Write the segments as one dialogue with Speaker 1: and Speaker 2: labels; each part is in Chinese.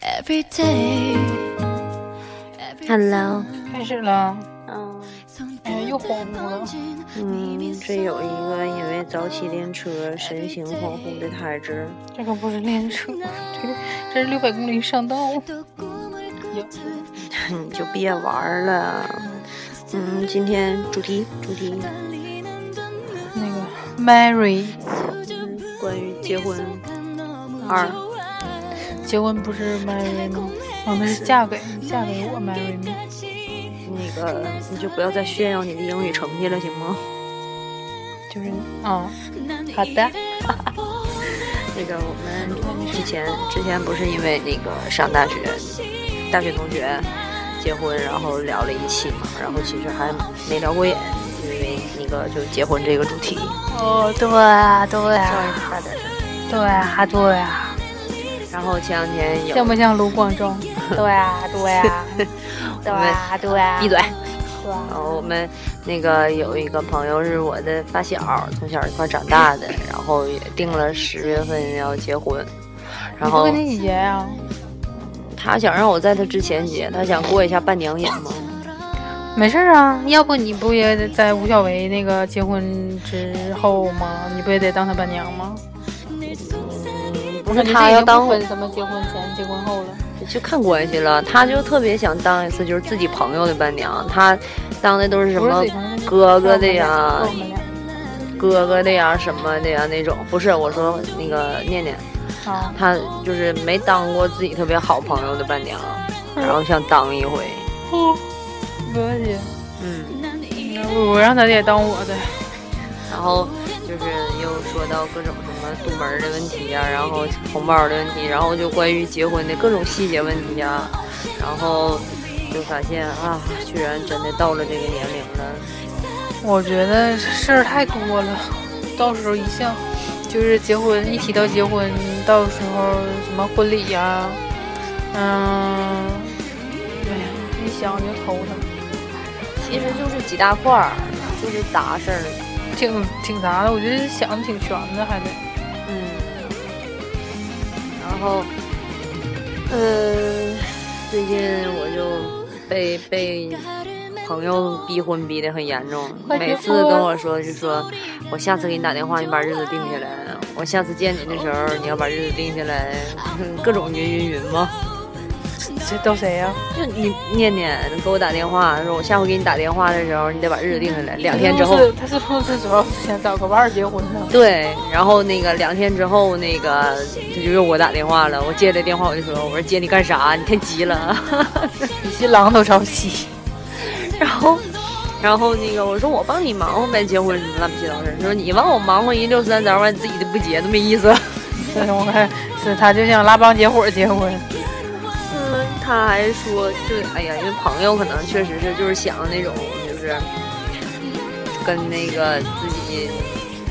Speaker 1: every day.
Speaker 2: Hello，
Speaker 3: 开始了，
Speaker 2: 嗯
Speaker 3: 哎，又恍惚了。
Speaker 2: 嗯，这有一个因为早起练车神情恍惚的孩子，
Speaker 3: 这个不是练车，这个这是六百公里上道。
Speaker 2: 你就别玩了。嗯，今天主题主题
Speaker 3: 那个 Mary
Speaker 2: 关于结婚二，
Speaker 3: 结婚不是 Mary 吗？我们哦是嫁给嫁给我 Mary 吗？
Speaker 2: 那个你就不要再炫耀你的英语成绩了，行吗？
Speaker 3: 就是啊，好的，
Speaker 2: 那个我们之前之前不是因为那个上大学，大学同学结婚，然后聊了一期嘛，然后其实还没聊过瘾，因为那个就结婚这个主题。
Speaker 3: 哦，对啊，对
Speaker 2: 稍
Speaker 3: 啊，
Speaker 2: 微大点声。
Speaker 3: 对啊，对啊，
Speaker 2: 然后前两天有
Speaker 3: 像不像卢广仲？ 对啊，对啊，对啊，对啊，
Speaker 2: 闭嘴。
Speaker 3: 对啊，
Speaker 2: 然后我们那个有一个朋友是我的发小，从小一块长大的，然后也定了十月份要结婚。然后
Speaker 3: 你不跟你姐啊呀？
Speaker 2: 他想让我在他之前结，他想过一下伴娘瘾嘛。
Speaker 3: 没事儿啊，要不你不也得在吴小维那个结婚之后吗？你不也得当他伴娘吗？
Speaker 2: 嗯，不
Speaker 3: 不
Speaker 2: 是他要当
Speaker 3: 分什么结婚前、结婚后了。
Speaker 2: 就看关系了，他就特别想当一次就是自己朋友的伴娘，他当的都是什
Speaker 3: 不是
Speaker 2: 么
Speaker 3: 自己朋友
Speaker 2: 哥哥的呀
Speaker 3: 我、们俩
Speaker 2: 哥哥的呀、什么的呀那种。不是我说那个念念，
Speaker 3: 啊，
Speaker 2: 他就是没当过自己特别好朋友的伴娘，然后想当一回。
Speaker 3: 没问题。
Speaker 2: 嗯，
Speaker 3: 我我让他也当我的，
Speaker 2: 然后就是又说到各种什么堵门儿的问题呀、啊然后红包的问题，然后就关于结婚的各种细节问题呀、啊然后就发现啊，居然真的到了这个年龄了。
Speaker 3: 我觉得事儿太多了，到时候一项就是结婚，一提到结婚，到时候什么婚礼呀、嗯，哎呀，一想就头疼。
Speaker 2: 其实就是几大块儿，就是杂事儿。
Speaker 3: 挺挺啥的，我觉得想的挺全的，还得
Speaker 2: 嗯，然后，嗯、最近我就被被朋友逼婚逼得很严重，
Speaker 3: 快结
Speaker 2: 每
Speaker 3: 婚
Speaker 2: 次跟我说就说，我下次给你打电话，你把日子定下来。我下次见你的时候，你要把日子定下来， 各种云云云吗？
Speaker 3: 这都谁呀、
Speaker 2: 就你念念给我打电话，说我下回给你打电话的时候，你得把日子定下来，两天之后。
Speaker 3: 他是不是主要想找个伴儿结婚呢？
Speaker 2: 对，然后那个两天之后，那个他就又给我打电话了。我接这电话，我就说：“我说姐，你干啥？你太急了。
Speaker 3: 比新郎都着急。”
Speaker 2: 然后，然后那个我说：“我帮你忙活呗，结婚什么乱七八糟事儿。”他说：“你帮我忙活一六三早晚自己都不结，都没意思。
Speaker 3: 但是我看是他就想拉帮结伙结婚，”
Speaker 2: 嗯，他还说：“就哎呀，因为朋友可能确实是就是想那种就是跟那个自己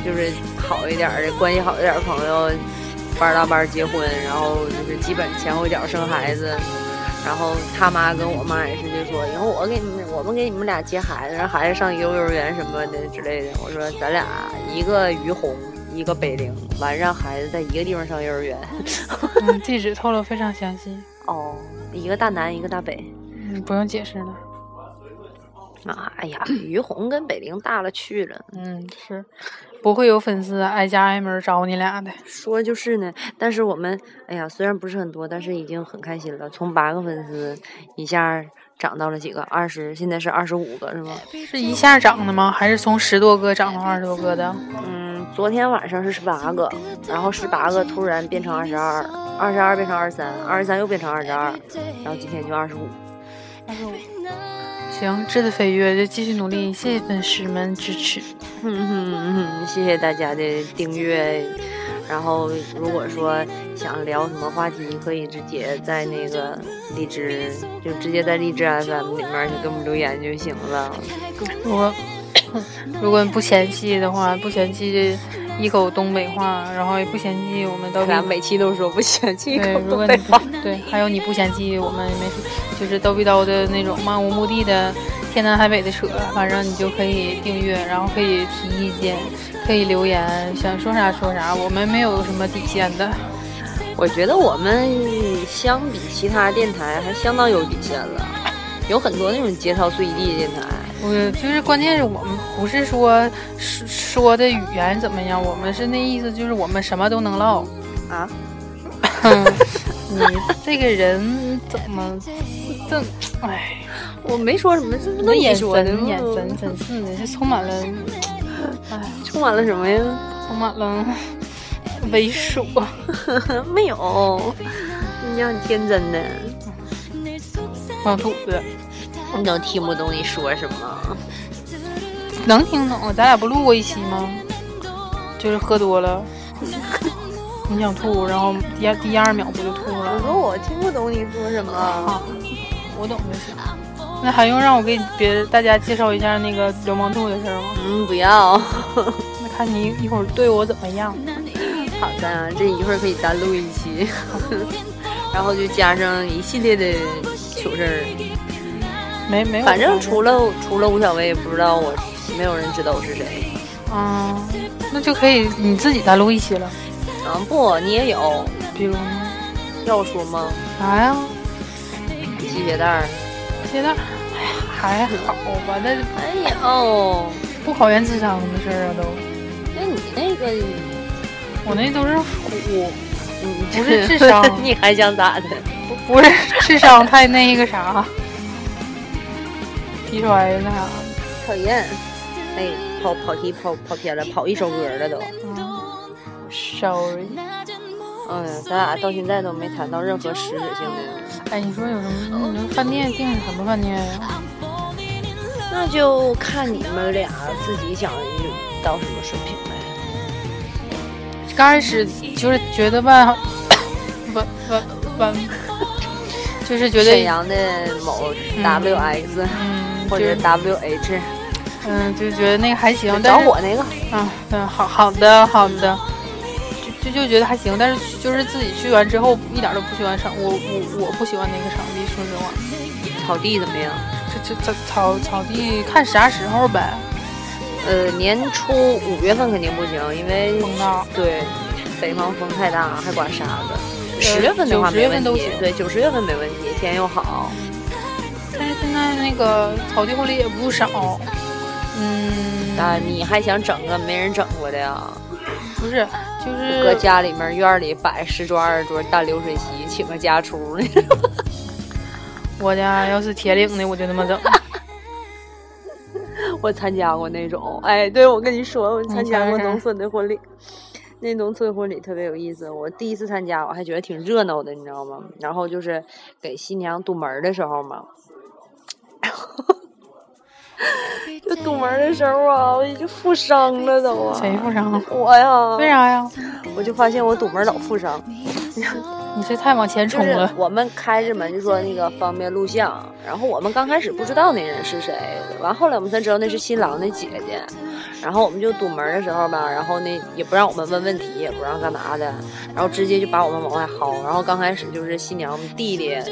Speaker 2: 就是好一点儿的关系好一点儿的朋友班搭班结婚，然后就是基本前后脚生孩子。然后他妈跟我妈也是，就说以后我给你们，我们给你们俩接孩子，让孩子上幼儿园什么的之类的。我说咱俩一个于红，一个北陵，完让孩子在一个地方上幼儿园。
Speaker 3: 嗯，地址透露非常详细，
Speaker 2: 哦，一个大南，一个大北。
Speaker 3: 嗯，不用解释了。
Speaker 2: 啊，哎呀，于红跟北陵大了去了。
Speaker 3: 嗯，是，不会有粉丝挨家挨门找你俩的。
Speaker 2: 说就是呢，但是我们，哎呀，虽然不是很多，但是已经很开心了。从八个粉丝一下涨到了几个？二十，现在是二十五个是吗？
Speaker 3: 是一下涨的吗？还是从十多个涨到二十多个的？
Speaker 2: 嗯，昨天晚上是十八个，然后十八个突然变成二十二，二十二变成二十三，二十三又变成二十二，然后今天就二十五。
Speaker 3: 行，质的飞跃，就继续努力，谢谢粉丝们支持。
Speaker 2: 嗯哼哼哼，谢谢大家的订阅。然后，如果说想聊什么话题，可以直接在那个荔枝，就直接在荔枝 FM 里面就给我们留言就行了。
Speaker 3: 如果如果不嫌弃的话，不嫌弃一口东北话，然后也不嫌弃我们到
Speaker 2: 我俩
Speaker 3: 底
Speaker 2: 每期都说 不嫌弃一
Speaker 3: 对，
Speaker 2: 口
Speaker 3: 如
Speaker 2: 东
Speaker 3: 果你
Speaker 2: 北
Speaker 3: 不
Speaker 2: 话。
Speaker 3: 对，还有你不嫌弃我们没事，就是叨逼叨的那种漫无目的的天南海北的扯，反正你就可以订阅，然后可以提意见，可以留言，想说啥说啥，我们没有什么底线的。
Speaker 2: 我觉得我们相比其他电台还相当有底线了，有很多那种节操碎地的电台。
Speaker 3: 我就是关键是我们不是说说说的语言怎么样，我们是那意思就是我们什么都能唠。
Speaker 2: 啊，
Speaker 3: 你这个人怎么这？哎，
Speaker 2: 我没说什么，这不
Speaker 3: 你的
Speaker 2: 都你
Speaker 3: 眼
Speaker 2: 说的
Speaker 3: 神
Speaker 2: 吗
Speaker 3: 眼神真是的，是充满了，哎，
Speaker 2: 充满了什么呀？
Speaker 3: 充满了 猥琐。
Speaker 2: 没有，你家很天真的，
Speaker 3: 光肚子
Speaker 2: 你都听不懂你说什么。
Speaker 3: 能听懂？咱俩不录过一期吗？就是喝多了，你想吐，然后第二第二秒不就吐
Speaker 2: 我
Speaker 3: 了？
Speaker 2: 说我听不懂你说什么。
Speaker 3: 啊，我懂就行。那还用让我给别大家介绍一下那个流氓兔的事儿吗？
Speaker 2: 嗯，不要。
Speaker 3: 那看你一会儿对我怎么样？
Speaker 2: 好的，这一会儿可以单录一期， 然后就加上一系列的糗事儿。
Speaker 3: 没没有，
Speaker 2: 反正除了除了吴小薇，也不知道我没有人知道我是谁。
Speaker 3: 啊、嗯，那就可以你自己单录一期了。
Speaker 2: 啊，不，你也有，
Speaker 3: 比如呢
Speaker 2: 要我说吗？
Speaker 3: 啥呀？
Speaker 2: 系鞋带儿，
Speaker 3: 现在哎呀还好吧，那
Speaker 2: 哎呦，
Speaker 3: 不考验智商的事儿啊都。
Speaker 2: 那你那个，
Speaker 3: 我那都是虎，
Speaker 2: 你
Speaker 3: 不是智商
Speaker 2: 你还想咋的？
Speaker 3: 不不是智商太那个啥，提出来那啥。
Speaker 2: 讨厌，哎，跑跑题跑跑偏了，跑一首歌了都。
Speaker 3: 嗯，sorry。
Speaker 2: 哎呀，咱俩到现在都没谈到任何实质性的，
Speaker 3: 哎，你说有什么？你们饭店订什么饭店啊呀？
Speaker 2: 那就看你们俩自己想到什么水平呗。
Speaker 3: 刚开始就是觉得万万万万， 就是觉
Speaker 2: 沈
Speaker 3: 得
Speaker 2: 阳的某
Speaker 3: 嗯
Speaker 2: WX、
Speaker 3: 嗯，就
Speaker 2: 或者
Speaker 3: 是
Speaker 2: WH，
Speaker 3: 嗯，就觉得那个还行
Speaker 2: 就，
Speaker 3: 但
Speaker 2: 找
Speaker 3: 是
Speaker 2: 我那个，
Speaker 3: 啊，对，好好的好的，就就就觉得还行，但是就是自己去完之后一点儿都不喜欢场，我我我不喜欢那个场地，说实话。
Speaker 2: 草地怎么样？
Speaker 3: 这这这草草地看啥时候呗。
Speaker 2: 呃，年初五月份肯定不行，因为
Speaker 3: 风大
Speaker 2: 对北方风太大，还刮沙子。
Speaker 3: 呃
Speaker 2: 十月份的话
Speaker 3: 九十
Speaker 2: 没
Speaker 3: 月
Speaker 2: 问
Speaker 3: 份都行，
Speaker 2: 题对，九十月份没问题，天又好。
Speaker 3: 但是现在那个草地婚礼也不少，嗯，
Speaker 2: 啊，你还想整个没人整过的呀？
Speaker 3: 不是，就
Speaker 2: 搁
Speaker 3: 是
Speaker 2: 家里面院里摆十桌二十桌大流水席，请个家厨呢。
Speaker 3: 我家要是铁岭的，我就那么 整。
Speaker 2: 我参加过那种，哎，对，我跟你说，我参加过
Speaker 3: 你参加
Speaker 2: 农村的婚礼。那农村婚礼特别有意思，我第一次参加，我还觉得挺热闹的，你知道吗？然后就是给新娘堵门儿的时候嘛，就堵门儿的时候啊，我已经负伤了都啊。
Speaker 3: 谁负伤？
Speaker 2: 我呀。
Speaker 3: 为？啥呀？
Speaker 2: 我就发现我堵门儿老负伤，
Speaker 3: 你这太往前
Speaker 2: 就
Speaker 3: 冲
Speaker 2: 是
Speaker 3: 了。
Speaker 2: 我们开着门就说那个方便录像，然后我们刚开始不知道那人是谁，完后来我们才知道那是新郎的姐姐，然后我们就堵门的时候吧，然后那也不让我们问问题，也不让干嘛的，然后直接就把我们往外薅，然后刚开始就是新娘弟弟就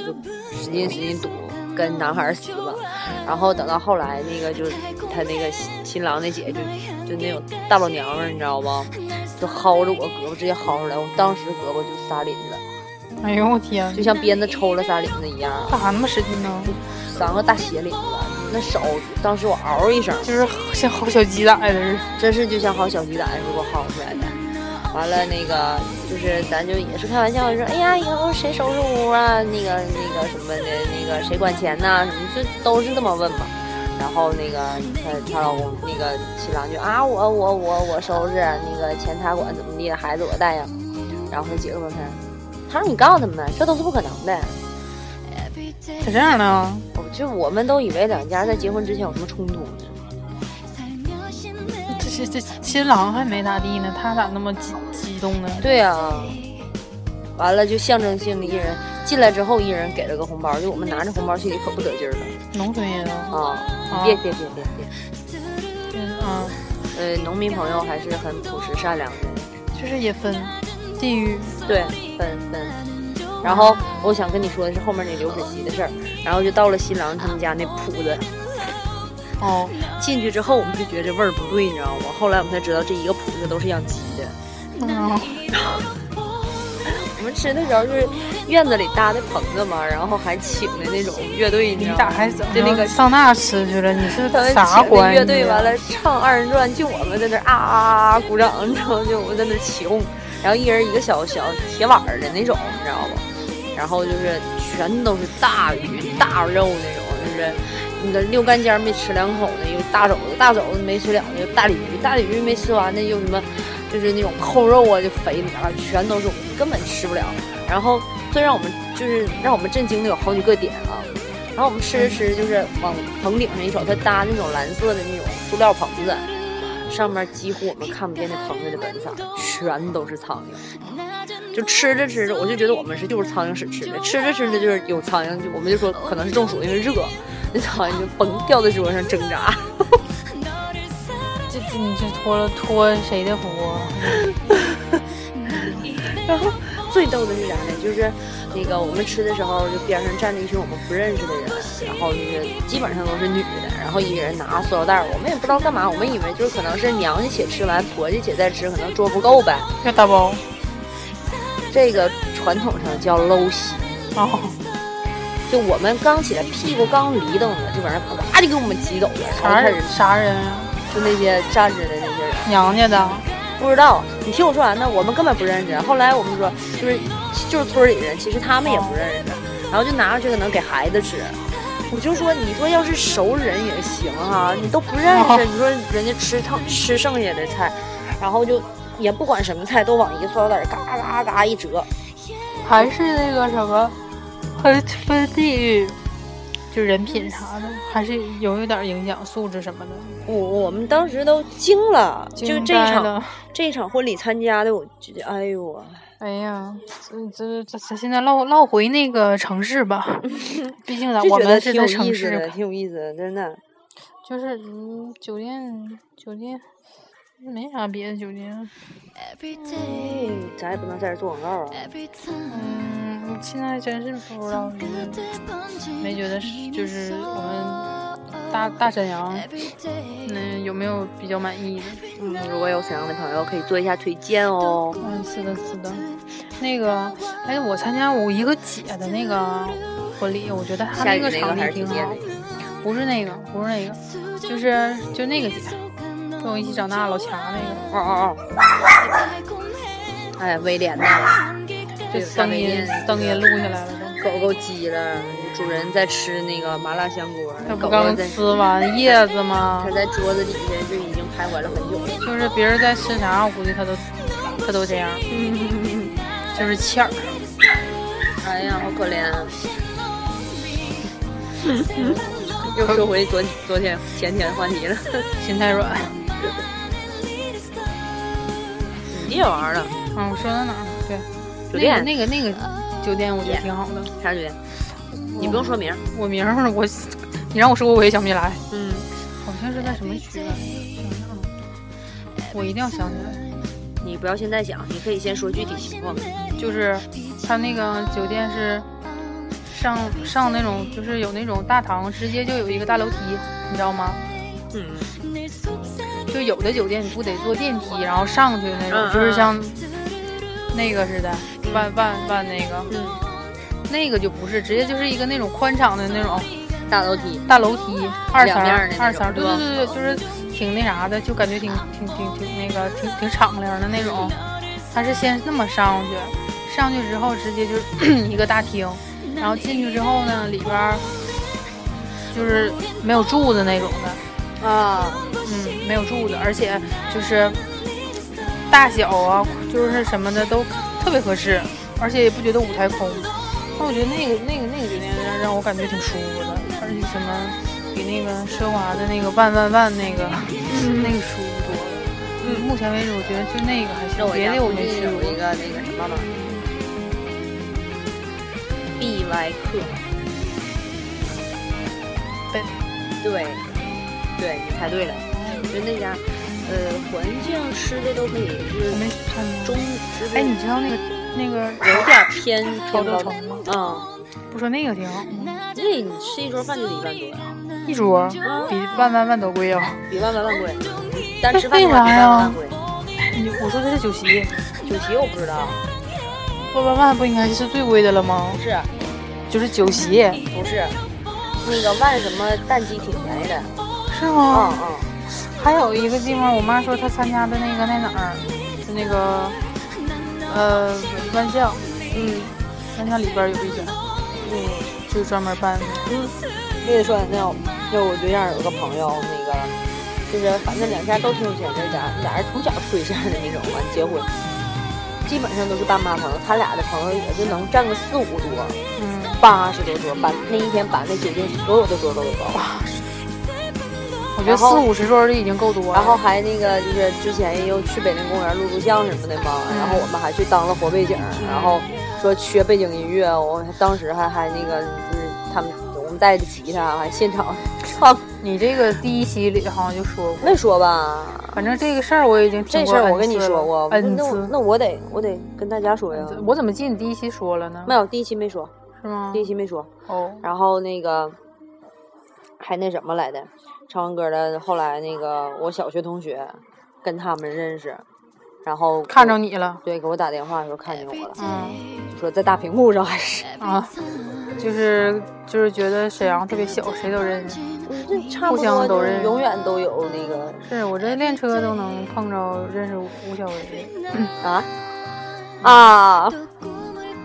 Speaker 2: 使劲使劲堵，跟男孩撕吧，然后等到后来那个就他那个新新郎那姐就就那种大老娘们儿，你知道吗？就薅着我胳膊直接薅出来，我当时胳膊就撒林子。
Speaker 3: 哎呦我天，
Speaker 2: 就像鞭子抽了仨铃子一样，
Speaker 3: 干啥那么使劲呢？
Speaker 2: 三个大血铃子。那手，当时我嗷一声，
Speaker 3: 就是像薅小鸡仔似的。
Speaker 2: 真是就像薅小鸡仔似的给我薅出来的。完了，那个就是咱就也是开玩笑说，哎呀，以后谁收拾屋啊？那个那个什么的，那个谁管钱呐、什么就都是这么问嘛。然后那个她她老公那个新郎就啊，我我我我收拾，啊那个钱他管怎么地，孩子我带呀。然后他姐夫问他，他说你告诉他们，这都是不可能的。
Speaker 3: 咋这样呢？
Speaker 2: 我哦就我们都以为两家在结婚之前有什么冲突呢？
Speaker 3: 这这这新郎还没咋地呢，他咋那么激激动呢？
Speaker 2: 对啊，完了就象征性的一人进来之后，一人给了个红包，就我们拿着红包心里可不得劲儿了
Speaker 3: 农村人啊，
Speaker 2: 啊！
Speaker 3: 啊
Speaker 2: 别别别别别，
Speaker 3: 就是啊，
Speaker 2: 呃，农民朋友还是很朴实善良的，
Speaker 3: 就是也分地域。
Speaker 2: 对，分分。然后我想跟你说的是后面那流水席的事儿，然后就到了新郎他们家那铺子，
Speaker 3: 哦，
Speaker 2: 进去之后我们就觉得这味儿不对，你知道吗？后来我们才知道这一个铺子都是养鸡的。
Speaker 3: 嗯，
Speaker 2: 们吃的时候就是院子里搭的棚子嘛，然后还请的那种乐队，你
Speaker 3: 你
Speaker 2: 知道
Speaker 3: 咋
Speaker 2: 吗？
Speaker 3: 还怎么
Speaker 2: 就那个
Speaker 3: 上那吃去了？你是
Speaker 2: 他们
Speaker 3: 啥
Speaker 2: 请
Speaker 3: 关
Speaker 2: 的
Speaker 3: 系啊？
Speaker 2: 乐队完了唱二人转，就我们在那儿啊啊啊鼓掌，你知道吗？就我们在那儿起哄，然后一人一个小小铁碗儿的那种，你知道吧？然后就是全都是大鱼大肉那种，就是你的溜干尖儿没吃两口呢，有大肘子，大肘子没吃了呢，有大鲤鱼，大鲤鱼没吃完呢，有什么就是那种扣肉啊，就肥里边儿全都是，我们根本吃不了。然后最让我们就是让我们震惊的有好几个点啊。然后我们吃着吃，就是往棚顶上一瞅，它搭那种蓝色的那种塑料棚子，上面几乎我们看不见那棚子的本色，全都是苍蝇。就吃着吃着，我就觉得我们是就是苍蝇屎吃的，吃着吃着就是有苍蝇，就我们就说可能是中暑，因为热，那苍蝇就蹦掉在桌上挣扎。
Speaker 3: 这这你这托了托谁的福啊？
Speaker 2: 然后最逗的是啥呢？就是那个我们吃的时候，就边上站着一群我们不认识的人，然后就是基本上都是女的，然后一人拿塑料袋儿，我们也不知道干嘛，我们以为就是可能是娘家且吃完，婆家且再吃，可能桌不够呗。
Speaker 3: 要打包
Speaker 2: 这个传统上叫搂席，
Speaker 3: 哦，
Speaker 2: 就我们刚起来，屁股刚离蹬呢，就把人啪就给我们挤走了，然
Speaker 3: 啥
Speaker 2: 后开
Speaker 3: 人
Speaker 2: 始
Speaker 3: 啥人啊？
Speaker 2: 就那些站着的那些人。
Speaker 3: 娘家的，
Speaker 2: 不知道，你听我说完呢，我们根本不认识。后来我们说，就是就是村里人，其实他们也不认识，然后就拿回去可能给孩子吃。我就说，你说要是熟人也行哈、你都不认
Speaker 3: 哦
Speaker 2: 识，你说人家吃剩吃剩下的菜，然后就也不管什么菜，都往一个塑料袋儿嘎嘎嘎一折，
Speaker 3: 还是那个什么分分地域，就人品啥的，还是有一点影响素质什么的。
Speaker 2: 我我们当时都惊了，就
Speaker 3: 惊
Speaker 2: 这一
Speaker 3: 呆
Speaker 2: 场
Speaker 3: 了，
Speaker 2: 这一场婚礼参加的，我觉得哎呦我。
Speaker 3: 哎呀，这这这这现在唠唠回那个城市吧， 毕竟咱
Speaker 2: 就
Speaker 3: 我
Speaker 2: 觉得
Speaker 3: 们是
Speaker 2: 挺
Speaker 3: 在
Speaker 2: 有
Speaker 3: 城
Speaker 2: 意思
Speaker 3: 市
Speaker 2: 的，
Speaker 3: 吧，
Speaker 2: 挺有意思的，真的。
Speaker 3: 就是嗯，酒店酒店没啥别的酒店，
Speaker 1: Every
Speaker 2: 哎
Speaker 1: day,，
Speaker 2: 咱也不能在这儿做广告啊。
Speaker 1: every time.
Speaker 3: 嗯，现在真是不知道是没
Speaker 1: 没
Speaker 3: 觉
Speaker 1: 觉
Speaker 3: 得
Speaker 1: 得
Speaker 3: 是
Speaker 1: 是
Speaker 3: 就
Speaker 1: 就是是
Speaker 3: 我
Speaker 1: 我
Speaker 3: 们
Speaker 1: 们
Speaker 3: 大
Speaker 1: 大
Speaker 3: 大
Speaker 1: 大
Speaker 3: 沈阳，
Speaker 1: 那
Speaker 3: 嗯，有没有比较满意的？
Speaker 2: 嗯，如果有沈阳的朋友，可以做一下推荐哦。
Speaker 3: 嗯，是的，是的。那个，哎，我参加我一个姐的那个婚礼，我觉得她
Speaker 2: 下
Speaker 3: 那
Speaker 2: 雨
Speaker 3: 个
Speaker 2: 那
Speaker 3: 场
Speaker 2: 个还
Speaker 3: 地
Speaker 2: 是推
Speaker 3: 挺
Speaker 2: 荐
Speaker 3: 好
Speaker 2: 的。，
Speaker 3: 不是那个，不是那个，就是就那个姐，跟我一起长大老强那
Speaker 2: 哦哦哦，哎，威廉呐，
Speaker 3: 个，这
Speaker 2: 这个咖
Speaker 3: 声
Speaker 2: 啡
Speaker 3: 音
Speaker 2: 店
Speaker 3: 声音录下来了都。
Speaker 2: 狗狗急了，主人在吃那个麻辣香锅
Speaker 3: 那，不
Speaker 2: 狗狗
Speaker 3: 刚
Speaker 2: 在，
Speaker 3: 吃完叶子吗
Speaker 2: 它？在桌子底下就已经徘徊了很久了。
Speaker 3: 就是别人在吃啥，我估计她都她都这 样，就是欠儿。
Speaker 2: 哎呀，好可怜啊！ 又说回昨昨天前天的话题了，
Speaker 3: 心太软。
Speaker 2: 你这玩意儿了？
Speaker 3: 啊，我说到哪儿了？对，
Speaker 2: 酒店
Speaker 3: 那个那个那个酒店，我觉得挺好的。
Speaker 2: 啥酒店？你不用说名儿。
Speaker 3: 我名儿我，你让我说我也想不起来，
Speaker 2: 嗯，
Speaker 3: 好像是在什么区来着？想想啊我一定要想起来，
Speaker 2: 你不要现在想，你可以先说具体情况。
Speaker 3: 就是他那个酒店是上上那种，就是有那种大堂，直接就有一个大楼梯，你知道吗？
Speaker 2: 嗯，
Speaker 3: 就有的酒店你不得坐电梯，然后上去那
Speaker 2: 嗯
Speaker 3: 种，就是像那个似的，万万万那个，
Speaker 2: 嗯，
Speaker 3: 那个就不是，直接就是一个那种宽敞的那种。
Speaker 2: 大楼梯。
Speaker 3: 大楼梯，二层
Speaker 2: 两面儿
Speaker 3: 儿
Speaker 2: 的那种嗯
Speaker 3: 二层儿，对
Speaker 2: 对吧
Speaker 3: 对对对，就是挺那啥的，就感觉挺挺挺挺那个挺挺敞亮的那种。他是先那么上去，上去之后直接就是 一个大厅，然后进去之后呢，里边儿就是没有柱子那种的，
Speaker 2: 啊，
Speaker 3: 嗯，没有柱子，而且就是大小啊，就是什么的都特别合适，而且也不觉得舞台空。那我觉得那个那个那个酒店让让我感觉挺舒服的，而且什么比那个奢华的那个万万万那个、那个舒服多了。嗯，目前为止我觉得就那个还
Speaker 2: 这
Speaker 3: 行，
Speaker 2: 我
Speaker 3: 别
Speaker 2: 家
Speaker 3: 的我
Speaker 2: 附
Speaker 3: 没
Speaker 2: 近
Speaker 3: 去
Speaker 2: 有
Speaker 3: 过。
Speaker 2: 一个那个什么嘛，B Y 客，
Speaker 3: 对
Speaker 2: 对，对你猜对了，就那家，呃，环境吃的都可以，就是
Speaker 3: 我没看过
Speaker 2: 中，就是
Speaker 3: 哎，你知道那个那个
Speaker 2: 有点偏
Speaker 3: 潮
Speaker 2: 偏
Speaker 3: 州
Speaker 2: 高
Speaker 3: 城吗？
Speaker 2: 嗯，
Speaker 3: 不说那个挺好吗？
Speaker 2: 那你吃一桌饭就得一万多啊，
Speaker 3: 一桌
Speaker 2: 啊
Speaker 3: 比万万万都贵啊！
Speaker 2: 比万万万贵，
Speaker 3: 哎
Speaker 2: 单吃饭
Speaker 3: 为
Speaker 2: 的话比
Speaker 3: 啥
Speaker 2: 万
Speaker 3: 呀
Speaker 2: 万万贵。
Speaker 3: 你我说的是酒席，
Speaker 2: 酒席我不知道，
Speaker 3: 波波曼不应该是最贵的了吗
Speaker 2: 不？是
Speaker 3: 就是酒席，
Speaker 2: 不是，那个万什么淡季挺便宜的，
Speaker 3: 是吗？
Speaker 2: 嗯
Speaker 3: 还有一个地方，我妈说她参加的那个那哪儿，就那个呃万象，
Speaker 2: 嗯
Speaker 3: 万象里边有一家，
Speaker 2: 嗯
Speaker 3: 就专门办的。
Speaker 2: 嗯，跟你说那我就我对象有个朋友，那个就是反正两家都挺有钱的，俩俩人从小睡下的那种啊，结婚。基本上都是爸妈朋友，他俩的朋友也就能占个四五桌，
Speaker 3: 嗯，
Speaker 2: 八十多桌，把那一天把那酒店所有的桌都给包了。
Speaker 3: 我觉得
Speaker 2: 然后
Speaker 3: 四五十桌就已经够多了。
Speaker 2: 然后还那个就是之前又去北京公园录录像什么的嘛，
Speaker 3: 嗯
Speaker 2: 然后我们还去当了活背景，然后说缺背景音乐，我当时还还那个就是他们我们带着吉他还现场唱，
Speaker 3: 你这个第一期里好像就说过，
Speaker 2: 没说吧？
Speaker 3: 反正这个事儿我已经听
Speaker 2: 这
Speaker 3: 过
Speaker 2: 事儿
Speaker 3: N
Speaker 2: 我跟你
Speaker 3: 次
Speaker 2: 说
Speaker 3: 了
Speaker 2: 过，
Speaker 3: ，N
Speaker 2: 那我
Speaker 3: 次。
Speaker 2: 那我得我得跟大家说呀，
Speaker 3: 我怎么记得你第一期说了呢？
Speaker 2: 没有第一期没说，
Speaker 3: 是吗
Speaker 2: 第？一期没说，
Speaker 3: 哦，
Speaker 2: 然后那个还那什么来的，唱完歌了，后来那个我小学同学跟他们认识，然后
Speaker 3: 看着你了
Speaker 2: 对，给我打电话的时候看见我了，
Speaker 3: 嗯
Speaker 2: 说在大屏幕上还是
Speaker 3: 啊，就是就是觉得沈阳特别小，谁都认识。
Speaker 2: 这差不
Speaker 3: 互相
Speaker 2: 多，
Speaker 3: 都
Speaker 2: 就
Speaker 3: 认
Speaker 2: 是
Speaker 3: 识
Speaker 2: 永远都有那个
Speaker 3: 是我这练车都能碰着认识吴小维，
Speaker 2: 啊
Speaker 3: 嗯
Speaker 2: 啊，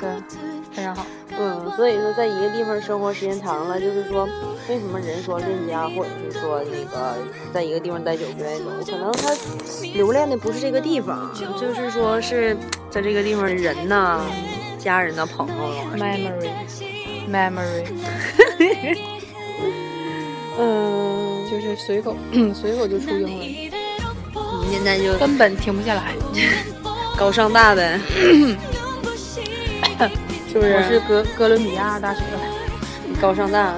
Speaker 3: 对，非常好。
Speaker 2: 嗯，所以说在一个地方生活时间长了，就是说为什么人说恋家，或者是说那个在一个地方待久不愿意走，可能他留恋的不是这个地方，啊就是说是在这个地方人呐、家人呐、朋友啊
Speaker 3: Memory。memory
Speaker 2: 嗯，
Speaker 3: 就是随口随口就出英文，
Speaker 2: 你现在就
Speaker 3: 根本停不下来。
Speaker 2: 高上大呗，是不
Speaker 3: 我是
Speaker 2: 是？
Speaker 3: 哥哥伦比亚大学的，
Speaker 2: 高上大，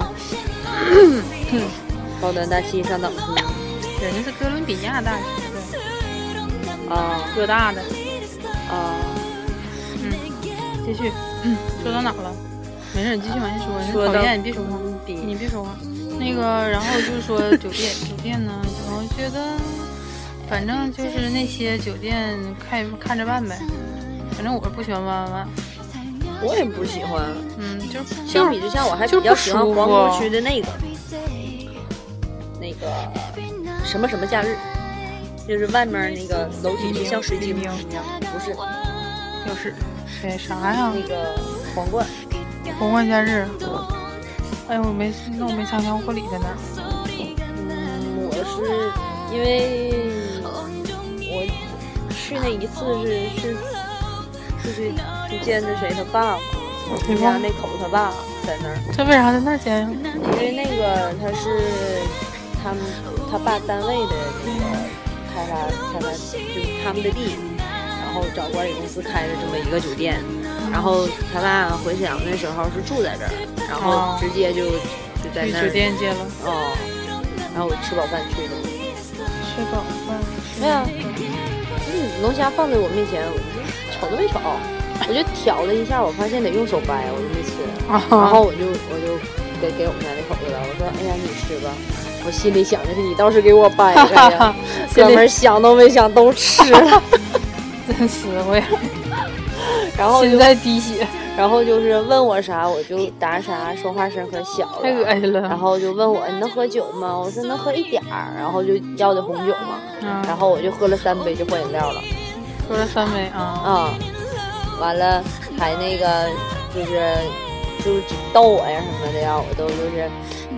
Speaker 2: 高端大气上等是吗？
Speaker 3: 人家是哥伦比亚大学，对，
Speaker 2: 啊
Speaker 3: 哥大的。
Speaker 2: 啊，
Speaker 3: 嗯，继续，嗯说到哪儿了？没事，你继续往下说。你
Speaker 2: 说
Speaker 3: 讨
Speaker 2: 到
Speaker 3: 厌，你别说话，你别说话。那个，然后就是说酒店，酒店呢，我觉得，反正就是那些酒店看看着办呗。反正我是不喜欢万万万，
Speaker 2: 我也不喜欢。
Speaker 3: 嗯，就是
Speaker 2: 相
Speaker 3: 就
Speaker 2: 比
Speaker 3: 是
Speaker 2: 之下，我还
Speaker 3: 就
Speaker 2: 比
Speaker 3: 是
Speaker 2: 较喜欢
Speaker 3: 不舒服
Speaker 2: 皇姑区的那个那个 什么什么假日，就是外面那个楼梯就像水晶一样，不是
Speaker 3: 就是对啥呀？
Speaker 2: 那个皇冠。
Speaker 3: 红冠假日，哎呦，我没那我没参加婚礼在那儿，
Speaker 2: 嗯，我是因为我去那一次是是就是就见着谁他爸嘛，
Speaker 3: 你
Speaker 2: 人家
Speaker 3: 忘
Speaker 2: 那口他爸在那儿。
Speaker 3: 这为啥在那儿见呀？
Speaker 2: 因为那个他是他们他爸单位的那个开发开发就是他们的地，然后找管理公司开的这么一个酒店，然后他爸回沈阳的时候是住在这儿，然后直接就就在
Speaker 3: 去
Speaker 2: 那
Speaker 3: 酒
Speaker 2: 儿
Speaker 3: 店见了，
Speaker 2: 哦，然后我吃饱饭去的，
Speaker 3: 吃早饭，吃
Speaker 2: 没有
Speaker 3: 那个
Speaker 2: 啊嗯，龙虾放在我面前，我就瞅都没瞅，我就挑了一下，我发现得用手掰，我就没吃。
Speaker 3: 啊，
Speaker 2: 然后我就我就给给我们家那口子了，我说哎呀你吃吧，我心里想的是你倒是给我掰 开呀，
Speaker 3: 心
Speaker 2: 哥
Speaker 3: 里
Speaker 2: 们儿想都没想都 吃了，
Speaker 3: 真实 惠，
Speaker 2: 然后
Speaker 3: 心
Speaker 2: 就
Speaker 3: 在滴血，
Speaker 2: 然后就是问我啥我就答啥，说话声可小
Speaker 3: 太恶
Speaker 2: 了。
Speaker 3: 心了。
Speaker 2: 然后就问我哎你能喝酒吗？我说能喝一点儿，然后就要的红酒嘛，
Speaker 3: 嗯
Speaker 2: 然后我就喝了三杯就换饮料了，
Speaker 3: 说了三杯啊，
Speaker 2: 啊、完了还那个就是就是逗我呀什么的呀，我都就是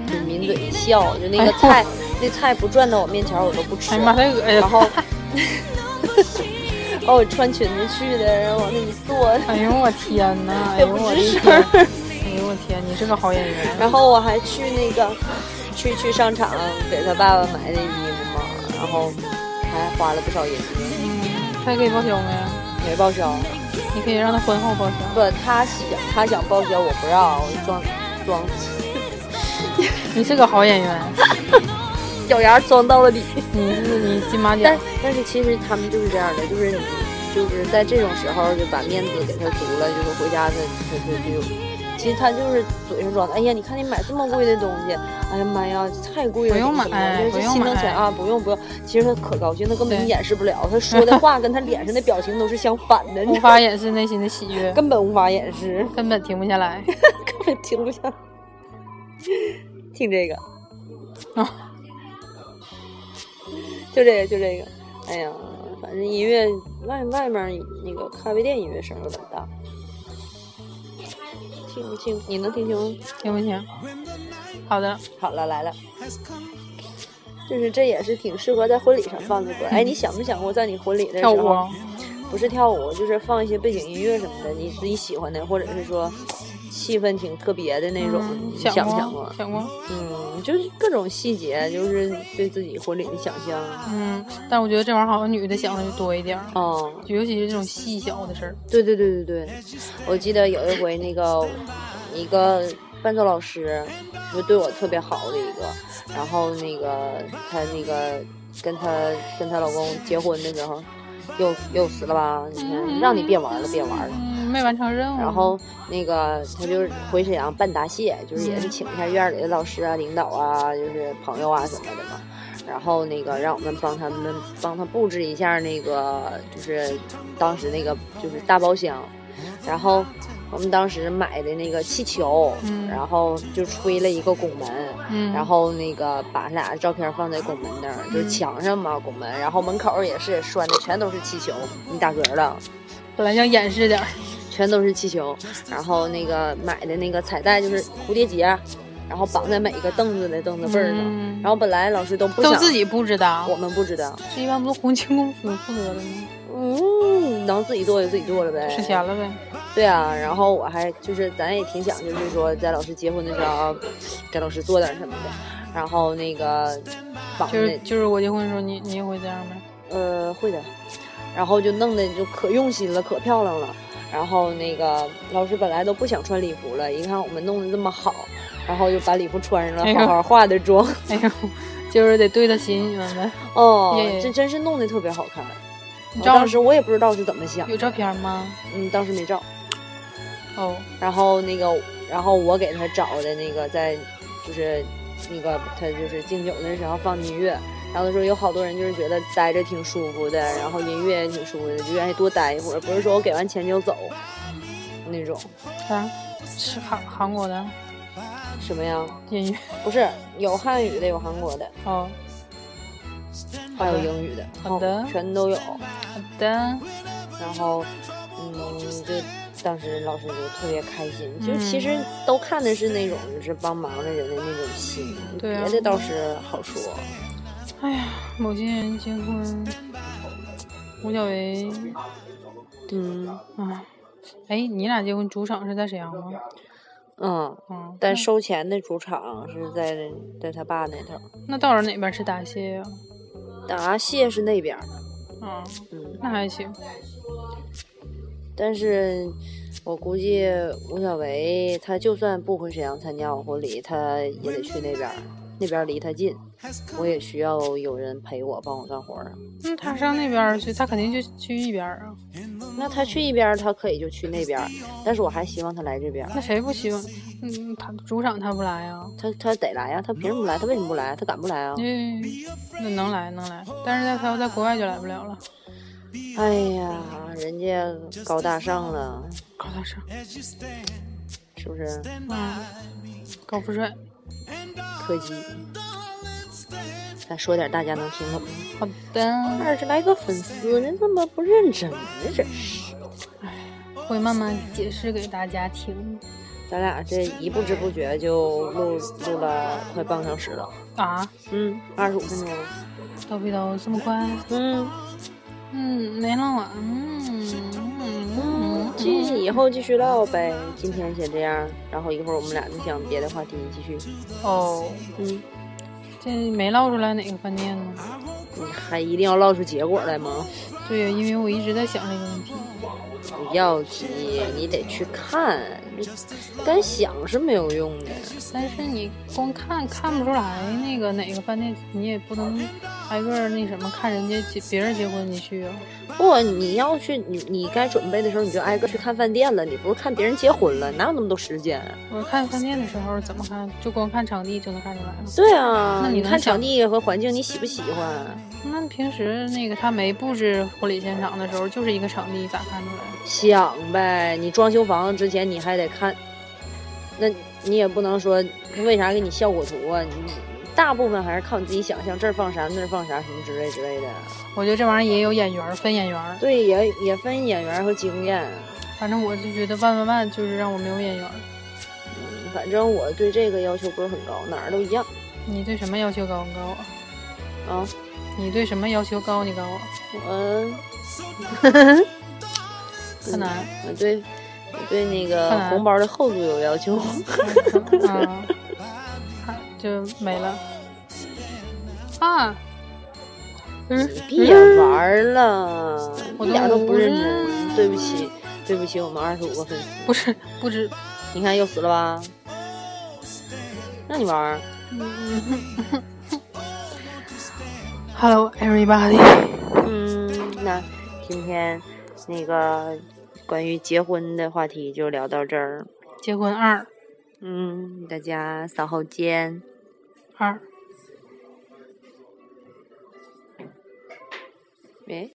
Speaker 2: 就抿嘴一笑，就那个菜、那菜不转到我面前儿我都不吃
Speaker 3: 哎呀，妈，太恶心
Speaker 2: 然
Speaker 3: 了。
Speaker 2: 后 哦我穿裙子去的，然后往那一坐，
Speaker 3: 哎呦我天呐，哎
Speaker 2: 也
Speaker 3: 呦
Speaker 2: 不
Speaker 3: 我的
Speaker 2: 吱声
Speaker 3: 天，
Speaker 2: 儿。
Speaker 3: 哎呦我天，你是个好演员。
Speaker 2: 然后我还去那个去去商场给他爸爸买的衣服嘛，然后还花了不少银子，
Speaker 3: 嗯，他可以报销没？
Speaker 2: 没报销。
Speaker 3: 你可以让他婚后报销。
Speaker 2: 不，他想他想报销，我不让，我装装
Speaker 3: 你是个好演员，
Speaker 2: 咬牙装到了底。
Speaker 3: 你是你金马奖
Speaker 2: 但。但是其实他们就是这样的，就是你就是在这种时候就把面子给他足了，就是回家他他他就其实他就是嘴上装的。哎呀，你看你买这么贵的东西，哎呀妈呀，太贵了，
Speaker 3: 不用
Speaker 2: 怎么怎么
Speaker 3: 买
Speaker 2: 样就
Speaker 3: 不
Speaker 2: 是
Speaker 3: 用
Speaker 2: 心疼
Speaker 3: 买
Speaker 2: 钱啊，不用不用。其实他可高兴，他根本
Speaker 3: 对
Speaker 2: 掩饰不了，他说的话跟他脸上的表情都是相反的，你
Speaker 3: 无
Speaker 2: 知道吗
Speaker 3: 法掩饰内心的喜悦，
Speaker 2: 根本无法掩饰，
Speaker 3: 根本停不下来。
Speaker 2: 根本 停不下来。听这个，
Speaker 3: 啊，
Speaker 2: 就这个，就这个。哎呀，反正音乐外外面那个咖啡店音乐声有点大，听不清，你能听清吗？
Speaker 3: 行不行？好的，
Speaker 2: 好了，来了。就是这也是挺适合在婚礼上放的歌。哎，你想没想过在你婚礼的时
Speaker 3: 跳
Speaker 2: 候，
Speaker 3: 舞啊，
Speaker 2: 不是跳舞，就是放一些背景音乐什么的，你自己喜欢的，或者是说气氛挺特别的那种，啊
Speaker 3: 嗯
Speaker 2: 你
Speaker 3: 想
Speaker 2: 不想
Speaker 3: 过
Speaker 2: 过？
Speaker 3: 想过，
Speaker 2: 嗯，就是各种细节，就是对自己婚礼的想象。啊
Speaker 3: 嗯，但我觉得这玩意儿好像女的想的就多一点儿，
Speaker 2: 哦，
Speaker 3: 尤其是这种细小的事儿。
Speaker 2: 对对对对对，我记得有一回那个一个伴奏老师，就对我特别好的一个，然后那个她那个跟她跟她老公结婚的时候，又又死了吧？你看，让你别玩了，别玩了。
Speaker 3: 嗯，没完成任务。
Speaker 2: 然后那个他就是回沈阳办答谢，就是也是
Speaker 3: 嗯
Speaker 2: 请一下院儿里的老师啊、领导啊，就是朋友啊什么的嘛。然后那个让我们帮他们帮他布置一下那个就是当时那个就是大包厢，然后我们当时买的那个气球，
Speaker 3: 嗯
Speaker 2: 然后就吹了一个拱门，
Speaker 3: 嗯，
Speaker 2: 然后那个把俩照片放在拱门那儿，就是墙上嘛拱门，然后门口也是拴的全都是气球，你打嗝了。
Speaker 3: 本来想掩饰点儿，
Speaker 2: 全都是气球，然后那个买的那个彩带就是蝴蝶结，然后绑在每一个凳子的凳子背儿上。
Speaker 3: 嗯
Speaker 2: 然后本来老师都不
Speaker 3: 都
Speaker 2: 想，
Speaker 3: 自己不知道
Speaker 2: 我，们不知道，
Speaker 3: 这一般不是红清公司负责的吗？
Speaker 2: 嗯，能自己做就自己做了呗。
Speaker 3: 省钱了呗。
Speaker 2: 对啊，然后我还就是咱也挺想，就是说在老师结婚的时候，给老师做点什么的。然后那个绑的、
Speaker 3: 就是就是我结婚的时候，你你也会这样呗？
Speaker 2: 呃，会的。然后就弄得就可用心了，可漂亮了。然后那个老师本来都不想穿礼服了，一看我们弄得这么好，然后就把礼服穿上
Speaker 3: 哎
Speaker 2: 了，
Speaker 3: 呦
Speaker 2: 好好化的妆。
Speaker 3: 哎呦，就是得对得起你们呗。
Speaker 2: 哦
Speaker 3: 耶，
Speaker 2: 这真是弄得特别好看。
Speaker 3: 你
Speaker 2: 我
Speaker 3: 照
Speaker 2: 当时我也不知道是怎么想，
Speaker 3: 有照片吗？
Speaker 2: 嗯，当时没照。
Speaker 3: 哦，
Speaker 2: 然后那个，然后我给他找的那个在，就是那个他就是敬酒的时候放音乐，然后他说有好多人就是觉得待着挺舒服的，然后音乐也挺舒服的，就愿意多待一会儿，不是说我给完钱就走那种
Speaker 3: 啥？啊是韩韩国的
Speaker 2: 什么呀？
Speaker 3: 音乐
Speaker 2: 不是有汉语的，有韩国的，
Speaker 3: 哦。
Speaker 2: 还有英语的，
Speaker 3: 好的
Speaker 2: 哦全都有。
Speaker 3: 好的，
Speaker 2: 然后，嗯，就当时老师就特别开心，就
Speaker 3: 嗯
Speaker 2: 其实都看的是那种就是帮忙的人的那种心，
Speaker 3: 对啊
Speaker 2: 别的倒是好说。
Speaker 3: 哎呀，某些人结婚，吴小维，
Speaker 2: 嗯
Speaker 3: 啊，哎，你俩结婚主场是在沈阳吗？
Speaker 2: 嗯，
Speaker 3: 嗯，
Speaker 2: 但收钱的主场是在在他爸那头，
Speaker 3: 那到了哪边吃答谢呀？
Speaker 2: 答谢是那边儿，
Speaker 3: 啊，
Speaker 2: 嗯，
Speaker 3: 那还行，
Speaker 2: 但是我估计吴小维他就算不回沈阳参加我婚礼，他也得去那边儿，那边儿离他近，我也需要有人陪我帮我干活儿啊。
Speaker 3: 那他上那边儿去，他肯定就去一边儿啊。
Speaker 2: 那他去一边儿，他可以就去那边儿，但是我还希望他来这边儿。
Speaker 3: 那谁不希望？嗯，他主场他不来啊？
Speaker 2: 他他得来呀、他凭什么不来？他为什么不来？他敢不来啊？
Speaker 3: 因为那能来能来，但是在他要在国外就来不了了。
Speaker 2: 哎呀，人家高大上了，
Speaker 3: 高大上，
Speaker 2: 是不是？
Speaker 3: 嗯，高富帅，
Speaker 2: 柯基。咱说点大家能听懂的。
Speaker 3: 好的，
Speaker 2: 二十来个粉丝，人怎么不认真呢？这是，
Speaker 3: 会慢慢解释给大家听
Speaker 2: 咱俩这一不知不觉就录录了快半个小时了，
Speaker 3: 啊。
Speaker 2: 嗯，二十五分钟了，
Speaker 3: 叨逼叨这么快？
Speaker 2: 嗯，
Speaker 3: 嗯，没唠完。嗯嗯
Speaker 2: 继以后继续唠呗，今天先这样，然后一会儿我们俩再想别的话题继续，
Speaker 3: 哦，
Speaker 2: 嗯，
Speaker 3: 这没唠出来哪个饭店呢？
Speaker 2: 你还一定要唠出结果来吗？
Speaker 3: 对呀，因为我一直在想这个问题。
Speaker 2: 不要急，你得去看，单想是没有用的。
Speaker 3: 但是你光看看不出来那个哪个饭店，你也不能挨个儿那什么看人家结别人结婚你去啊。
Speaker 2: 不，你要去，你你该准备的时候，你就挨个去看饭店了。你不是看别人结婚了，哪有那么多时间？啊
Speaker 3: 我看饭店的时候怎么看，就光看场地就能看出来了。
Speaker 2: 对啊，
Speaker 3: 那你
Speaker 2: 你
Speaker 3: 能
Speaker 2: 看
Speaker 3: 想
Speaker 2: 场地和环境，你喜不喜欢？
Speaker 3: 那平时那个他没布置婚礼现场的时候，就是一个场地，咋看出来？
Speaker 2: 想呗，你装修房子之前你还得看，那你也不能说为啥给你效果图啊？你大部分还是靠你自己想象，这儿放啥，那儿放啥，什么之类之类的。
Speaker 3: 我觉得这玩意儿也有眼缘儿，分眼缘儿。
Speaker 2: 对，也也分演员和经验。
Speaker 3: 反正我就觉得万万万就是让我没有眼缘儿。
Speaker 2: 嗯反正我对这个要求不是很高，哪儿都一样
Speaker 3: 你对什么要求高？你告我。
Speaker 2: 啊。
Speaker 3: 你对什么要求高？啊你告我。
Speaker 2: 嗯，
Speaker 3: 柯南。
Speaker 2: 我对我对那个
Speaker 3: 看来
Speaker 2: 红包的厚度有要 求。
Speaker 3: 啊，看就没了。啊，嗯
Speaker 2: 你，别玩儿了，
Speaker 3: 我
Speaker 2: 一
Speaker 3: 都
Speaker 2: 点都不
Speaker 3: 无
Speaker 2: 认
Speaker 3: 人
Speaker 2: 真。对不起，对不起，我们二十五个粉丝，
Speaker 3: 不是，不止，
Speaker 2: 你看又死了吧？让你玩儿，
Speaker 3: Hello everybody，
Speaker 2: 嗯，那今天那个关于结婚的话题就聊到这儿，
Speaker 3: 结婚二
Speaker 2: 嗯，大家稍后见。
Speaker 3: 二。
Speaker 2: 喂。